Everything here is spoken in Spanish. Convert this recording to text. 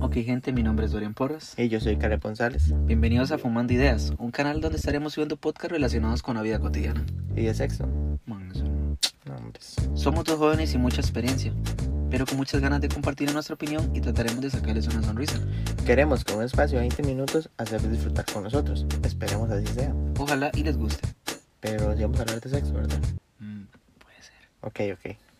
Ok gente, mi nombre es Dorian Porras. Y yo soy Caleb González. Bienvenidos a Fumando Ideas, un canal donde estaremos subiendo podcasts relacionados con la vida cotidiana. Y de sexo. Man, eso no. No, hombres. Somos dos jóvenes y mucha experiencia, pero con muchas ganas de compartir nuestra opinión y trataremos de sacarles una sonrisa. Queremos con un espacio de 20 minutos hacerles disfrutar con nosotros. Esperemos así sea. Ojalá y les guste. Pero sí vamos a hablar de sexo, ¿verdad? Mm, puede ser. Ok, ok.